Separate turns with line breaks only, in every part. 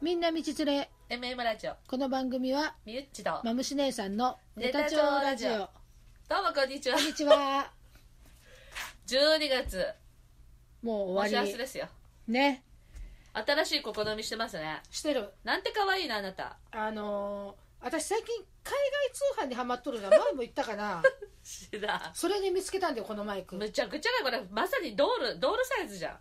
みんな道連れ
MM ラジオ
この番組は
みゆっちと
マムシ姉さんのネタ帳ラジオ
ネタどうもこんにちは
こんにちは
12月
もう
お
終わ
幸せで
り
すよ
ね
新しい試みしてますね
してる
なんて可愛いなあなた
あのー私最近海外通販にハマっとる な前も言ったかな
知ら
それで見つけたんだよこのマイ
ん
ク
むちゃくちゃだこれまさにドールドールサイズじゃ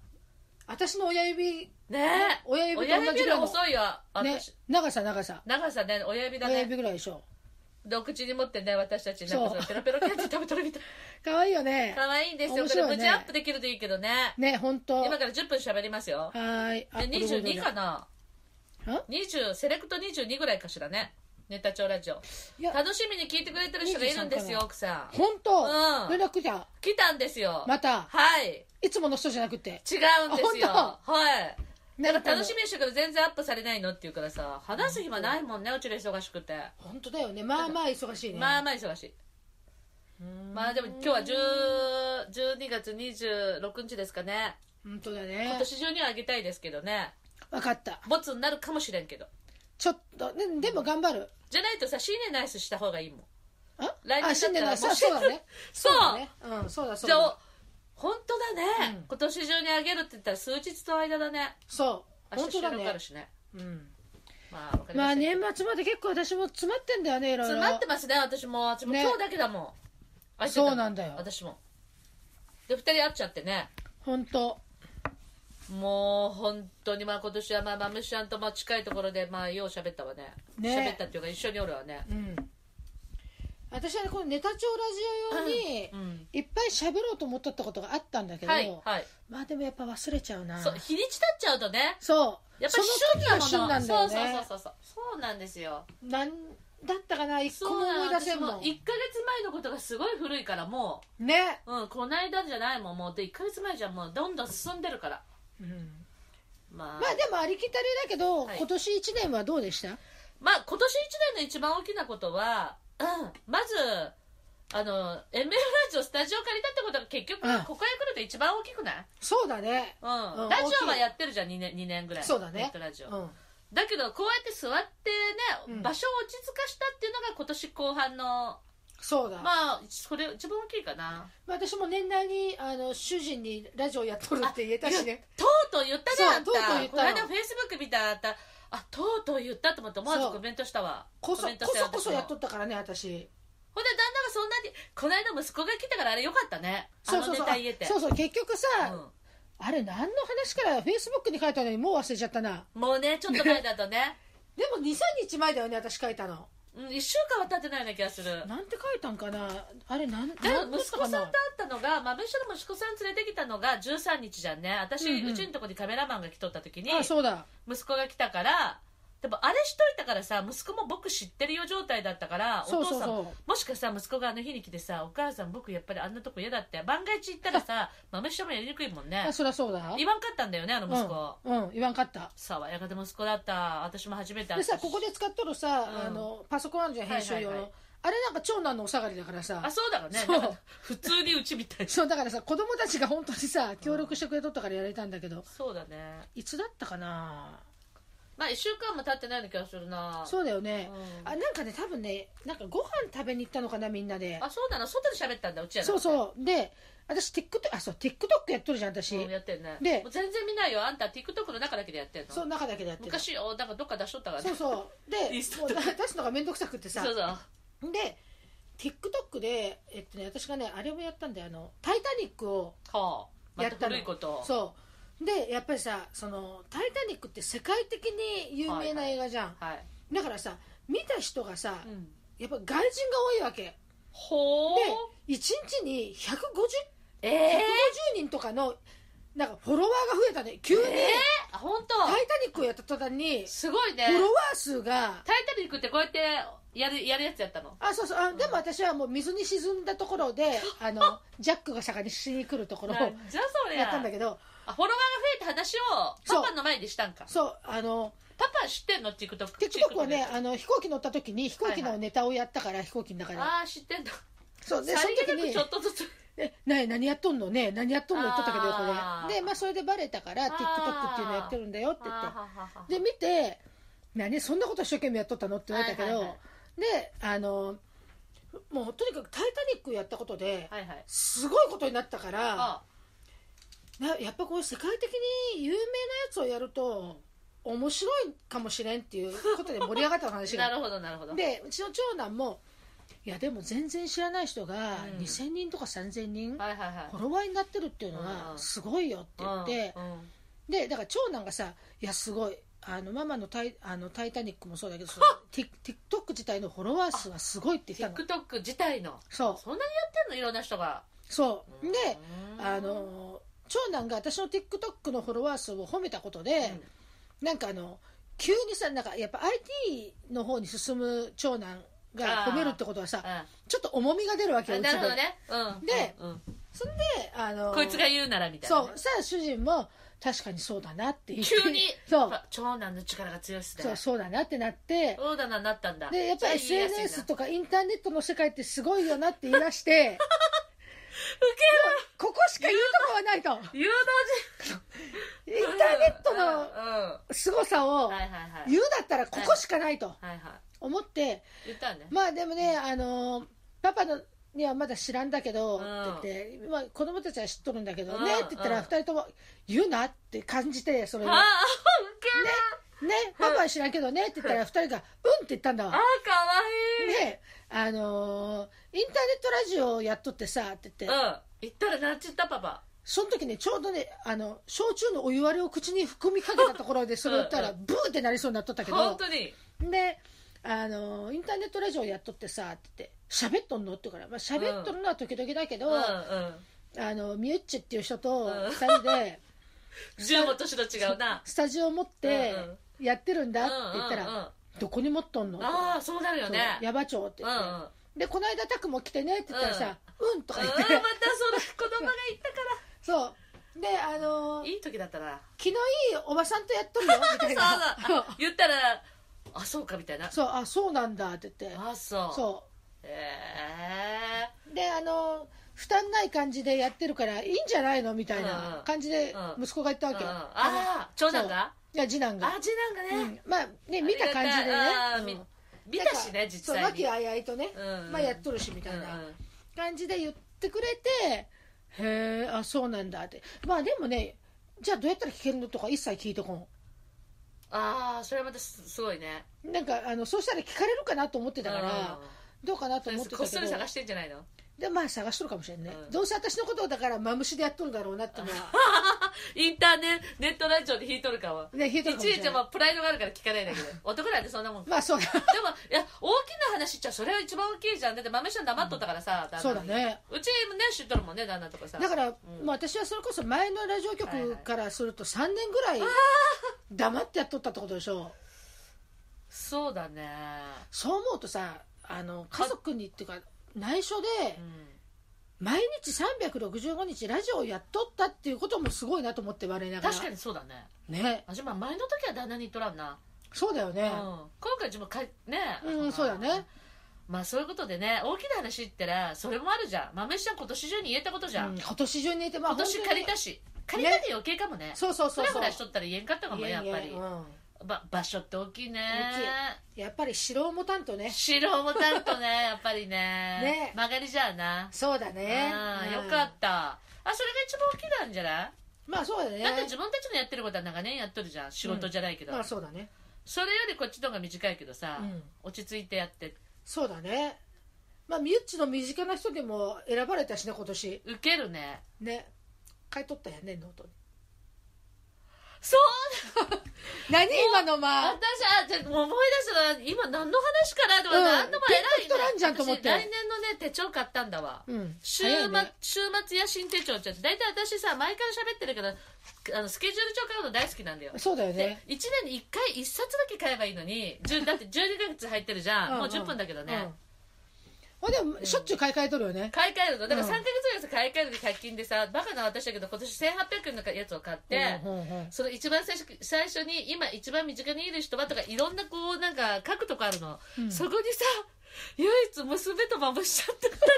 私の親指
んねえ
親指
親
と同
指
じぐ
より
らいの、
細いよ
ね
私、
長さ長さ
長さね親指だ
親
ね
指ぐらいでしょ
でお口に持ってね私たちなんか
そう
そのペロペロキャッチ食べとるみたい
可愛いよね
可愛いんです
面
よこれ
白いね
無事アップできるといいけどね
ね本当
今から10分喋りますよ
はーい
で22か
な
な20セレクト22ぐらいかしらねネタ帳ラジオ
いや
楽しみに聞いてくれてる人がいるんですよ
23
奥さん
本当
うん
連絡じゃ
来たんですよ
また
はい
いつもの人じゃなくて
違うんですよ
あ
はい
な
だから楽しみにしてるけど全然アップされないのっていうからさ話す暇ないもんねうちら忙しくて
本当だよねまあまあ忙しいね
まあまあ忙しいまあでも今日は10 12月26日ですかね
本当だね
今年中にはあげたいですけどね
分かった
ボツになるかもしれんけど
ちょっとねでも頑張る
じゃないとさ新年ナイスした方がいいもん
あ
来年だったら
あ新年だ
もう
そうそうだね
そう
だねうんそうだそう
じゃあ
だ
本当だね、
うん
今年中にあげるって言ったら数日の間だね
そう
明
本当
日収
だ
録あ
ね
るしね
うん
まあわかり
ま
ま
あ
せんけ
年
ど
末まで結構私も詰まってんだよねいろいろ
詰まってますね私も私も
ね
今日だけだもん、あ
そうなんだよ
私もで2人会っちゃってね
本当
もう本当にまあ今年はまあマムシゃんとまあ近いところでまあよう喋ったわね
ね
喋ったっていうか一緒におるわね
うん私はねこのネタ帳ラジオ用に
うん
いっぱい喋ろうと思っとったことがあったんだけど
はいはい
まあでもやっぱ忘れちゃうな
そう日にち経っちゃうとね
そう
やっぱり
その時は
旬
旬な
なもの
んだよね
そうそうそうそうそうなんですよ
なんだったかな一個も思い出せんもん
1か月前のことがすごい古いからも
ね、
う、うん、この間じゃないもんもうで1か月前じゃもうどんどん進んでるからまあ
まあでもありきたりだけど、
はい
今年1年はどうでした
まあ、今年1年の一番大きなことは、うんまずあの ML ラジオスタジオ借りたってことが結局、
うん
ここへ来ると一番大きくない、
そうだね
うん
うん
ラジ
大き
オ
い
はやってるじゃん2年 ,2 年ぐらい
そうだね
ネットラジオ、
うん
だけどこうやって座ってね、
うん
場所を落ち着かしたっていうのが今年後半の
そうだ、まあ、
まあそれ一番大きいかな
私も年内にあの主人にラジオやっとるって言えたし ね
とうとう言ったねあん
そ
た
うとうとう言った
こ
の
の間フェイスブック見たあんたあとうとう言ったと思って思わず
そう
コメントしたわ
こそ
コ
こ
メントして
そこそやっと
私も
ったからね私
ほんで旦那がそんなにこの間息子が来たからあれよかったねあ
そう
の
そう
ネ
そう
タ言えて
あそうそう結局さ、
う
あれ何の話からフェイスブックに書いたのにもう忘れちゃったなん
もうねちょっと前だとね
でも23日前だよね私書いたの
うん1週間は経ってないような気がする
なんて書いたんかなあれなん
で
なん
息子さんと会ったのが、まあ、別所の息子さん連れてきたのが13日じゃんね私、う
うんうん
ちのとこにカメラマンが来とった時に
あそうだ
息子が来たからでもあれしといたからさ息子も僕知ってるよ状態だったからお
そう
父
そう
さんも
そう
もしかしたら息子があの日に来てさ「お母さん僕やっぱりあんなとこ嫌だって万が一行った らさマムシもやりにくいもんね
あそりゃそうだ
言わんかったんだよねあの息子、
うん、うん、言わんかった
爽やかで息子だった私も初めて会
で
った
さ
し
ここで使っとるさ、
うん
あのパソコンあるじゃん編集用の、
はいはいはい
あれなんか長男のお下がりだからさ
あそうだろうね
そう
なんか普通にうちみたい
そうだからさ子供たちが本当にさ協力してくれとったからやれたんだけど、
そうだね
いつだったかな
まあ1週間も経ってないような気がするな
そうだよ
う
ね、
ん
あなんかね多分ねなんかご飯食べに行ったのかなみんなで
あそうなの外で喋ったんだうちやな
そうそうで私 TikTok あそう TikTok やっとるじゃん私、
うんやってんね
で
もう全然見ないよあんた TikTok の中だけでやってんの
そう中だけでやってた
昔よなんかどっか出しとったからね
そうそうで
インスタ
もう
とか
出すのが面倒くさくってさ
そうそう
で TikTok で、えっとね、私がねあれもやったんだよあの「タイタニック」を
はあま
や
た
ったの
古いことを
そうでやっぱりさ「そのタイタニック」って世界的に有名な映画じゃん、
はい、
だからさ見た人がさ、
うん、
やっぱ外人が多いわけ
ほ
で
う
1日に150
え
150
え
人とかのなんかフォロワーが増えたね急に、
えー、あ本当
タイタニック」をやった途端に
すごいね
フォロワー数が
タイタニックってこうやってやるやるやつやったの
あそうそうあでも私はもう水に沈んだところであのジャックが坂にしに来るところを
なんじゃそれ
やったんだけど
あフォロワーが増えた話
そ
を
う
パパの前でしたんか
そうあの
パパ知ってんの TikTok
TikTok はね
で
あの飛行機乗った時に飛行機
はいは
のネタをやったから、飛行機の中で
ああ知ってんの
そうで
さ
そ
り
の
げ
時
なく
に
ちょっとずつ
「えな何やっとんのね何やっとんの?」言っとったけど
あー
横ででまあそれでバレたから
あー
TikTok っていうのやってるんだよって言っ
あーははは
てで見て何そんなこと一生懸命やっとったのって言われたけど、
はいはいは
であのもうとにかく「タイタニック」やったことで
はいはい
すごいことになったから、
あ
なやっぱこう世界的に有名なやつをやると面白いかもしれんっていうことで盛り上がったの話
な
が
るほどなるほど
でうちの長男もいやでも全然知らない人が
うん
2000人とか3000人
はいはいはい
フォロワーになってるっていうの
う
は
ん
すごいよって言って、
うんうん
でだから長男がさ「いやすごいあのママのタイあのタイタニック」もそうだけ どその Tik- TikTok 自体のフォロワー数がすごいって言ったの
TikTok 自体の
そう
そんなにやってんのいろんな人が
そうで
うん
あの長男が私の TikTok のフォロワー数を褒めたこと
う
で、
ん
なんかあの急にさなんかやっぱ IT の方に進む長男が褒めるってことはさ
あ
ちょっと重みが出るわけよ
なる
う
ほ
ち
ど
で
ねうん
で
うんうん
そんであの
こいつが言うならみたいな
そ
ね
うさあ主人も確かにそうだなって言って
急に
そう
あ長男の力が強いっすね
そうそうだなってなって
そうだななったんだ
でやっぱり
じゃあ言いやすいな
SNS とかインターネットの世界ってすごいよなって言い出 してここしか言うとこはないと
誘導
イン
人
ターネット
うん
の
うんは
凄さを
いはいはい
言うだったらここしかないと
はいはい
思って
言ったね
まあでもねあのパパのにはまだ知らんだけど
うん
って言って、まあ、子供たちは知っとるんだけど
うん
ねって言った
う
ら
ん
2人とも言うなって感じてそれ
あ
を
ー
ね
あウケる
パパは知らんけどねって言ったら2人がうんって言ったんだわ
あーかわいい
で、あのーインターネットラジオやっとってさって言
うん
って、
言ったらなんちゅったパパ
その時ね、ちょうどね、あの、焼酎のお湯割りを口に含みかけたところで、それを言ったら、
う
ブーってなりそうになっとったけ
本
ど、
当に
で、あのーインターネットラジオやっとってさって言って、喋っとんのって言うから、まあ、喋っとるのは時々だけど、
うんうん
あの、ミュッチェっていう人と
うん
2人 で、
10も年の違うな
スタジオを持って
うん
やってるんだ
う
っ
ん
て言ったら、
うんうんあ
どこに持っとんのって言うから
あーそうなるよね
そう矢場町って
う
言
んう
っ
ん
て、
うん
で、この間タクも来てねって言ったらさ、うん、とか
ま
言ったて
そ、の子供が言ったか
そう。で、あの
らいい時だっ たな。
気のいいおばさんとやっとるよ、みたいな
そうそう言ったらあそうかみたい な
そう、あ、そうなんだって言って。
あそう
そ
え
う。で、あの負担ない感じでやってるから、いいんじゃないのみたい
うんう
なん感じで
うん
息子が言った
え
わけよ。
あ
あの
あー長男が
いや、次男が
あ。次男
う
がね
んまあね、見た感じでね
ありがたいあー
うん
み。見たしね実
そう、和
際に
気あいあいとね、
うん
まあやっとるし、みたいな。
うんうん
感じで言ってくれてへえあそうなんだってまあでもねじゃあどうやったら聞けるのとか一切聞いてこ
ああそれはまたすすごいね
んなんかあのそうしたら聞かれるかなと思ってたから
うん
どうかなと
それ
思ってた
こっ
け
そ
ど
り探してんじゃないの
でまあ探しとるかもしれんね、
うん
どうせ私のことをだからマムシでやっとるんだろうなっての は
インターネネットラジオで弾いとるかは
ね引い
い
とる
ちい
かもしれ
ち
ない
まあプライドがあるから聞かないんだけど 男なんてそんなもんでも
まあそうだ
いや大きな話っちゃそれは一番大きいじゃんだって豆ちゃん黙っとったからさ、旦那に
そうだね
うちね知っとるもんね旦那とかさ
だから、
ん
まあ、私はそれこそ前のラジオ
はいは
局
い
からすると3年ぐらい黙ってやっとったってことでしょ
そうだね
そう思うとさあの家族にっていうか内緒で、
うん
毎日365日ラジオをやっとったっていうこともすごいなと思って我ながら
確かにそうだね
ね
あじゃあまあ前の時は旦那に言っとらんな、
そうだよ
うん
ね、
今回自分かね
うんそうだね
まあそういうことでね大きな話ってらそれもあるじゃん豆ちゃん今年中に言えたことじゃん、
うん今年中にいてまあ
今年
本当
借
に
りたし借りたで余計かもね
そうそう
ふ
そう
ら
そ
ふ
う
らしとったら言えんかったかもねやっぱ
いえい
り
えうん
ば場所って大きいね
やっぱり城を持たんとね
城もたんとね やっぱりね
ね
曲がりじゃあな
そうだね
あ
うん
ーよかったあそれが一番大きいなんじゃない
まあそうだね
だって自分たちのやってることは長年やっとるじゃん仕事じゃないけど、
まあそうだね
それよりこっちの方が短いけどさ、
うん
落ち着いてやって
そうだねまあミュッチの身近な人でも選ばれたしね今年
ウケるね
ね買い取ったやんねノートに
そう
何今のま
私
あ
あじゃあもう思い出したら今何の話かなでも
うん
何度も偉い
ピンときと
ね、
らんじゃんと思って
私来年のね手帳買ったんだわ
うん
週
早
末、
いね
週末や新手帳って大体私さ毎回喋ってるけどあのスケジュール帳買うの大好きなんだよ、
そうだよ
で
ね
1年に1回1冊だけ買えばいいのに10だって12ヶ月入ってるじゃん
うんうん
もう10分だけど
う
ね、
んほんでしょっちゅう買い替えとるよね、
買い替えるのだから
う
3
ん
ヶ月ぐらい買い替えるで100均でさバカな私だけど今年1800円のやつを買って、
うんうんうん
その一番最初最初に今一番身近にいる人はとかいろんなこうなんか書くとこあるの、
うん
そこにさ唯一娘とマムシちゃんって2人だけ名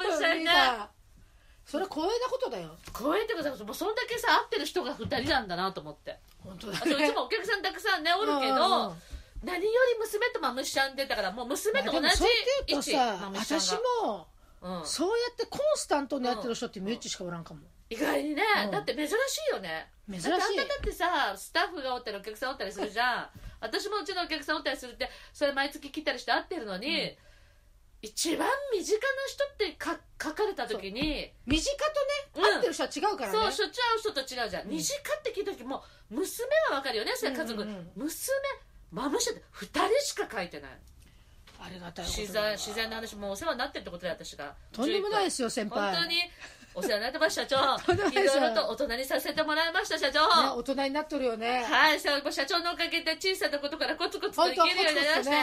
前が書いてあるの見せたよねマムシちゃんが。
見それは光栄なことだよ
光栄ってことはもうそんだけさ会ってる人が2人なんだなと思 って
本当
あ
だ
とうちもお客さんたくさんねおるけ
うんうん
ど
うん
何より娘とマムシちゃんでだからもう娘と同じ
まあでもそう
位
言ってると
置マ
さ
ムシちゃんが
私も
うん
そうやってコンスタントにやってる人って身内しかおらんかも、
意外にね
うん
だって珍しいよね
珍しい
だってあんただってさスタッフがおったりお客さんおったりするじゃん 私もうちのお客さんおったりするってそれ毎月来たりして会ってるのに、
うん
一番身近な人ってか書かれた時に
身近とね、
うん
合ってる人は違うからね
そうしょっちゅう会う人と違うじゃん、
うん
身近って聞いた時もう娘はわかるよねそれ家族、
うんうんうん
娘マムシって2人しか書いてない
ありがたいことだ
自然自然の話もうお世話になってるってことで私が
とんでもないですよ先
11本
輩
当にお世話になってます社長
とんでも
い
ないですよ
ろいろと大人にさせてもらいました社長、
ね、大人になっとるよね、
はい、そう社長のおかげで小さなことからコツコツと
本
いけ
当は
るようになりまして、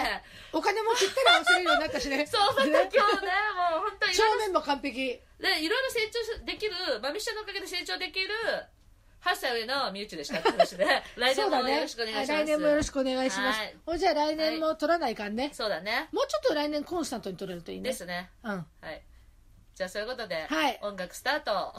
お金もぴったり合わせるようになったしね
そう、また今日ね、もう本当にい
正
ろい
面も完璧
ろねいろいろ成長できる、まみしゃんのおかげで成長できる、8歳上の身内でしたって話で、来
そ
年
うだ
も
ね
よろしくお願いします。
来年もよろしくお願いします
はい
ほいじゃあ来年も取らないかんね、
そうだね。
もうちょっと来年コンスタントに取れるといいね
ですね。
うん
はい。じゃあそういうことで、
はい
音楽スタート。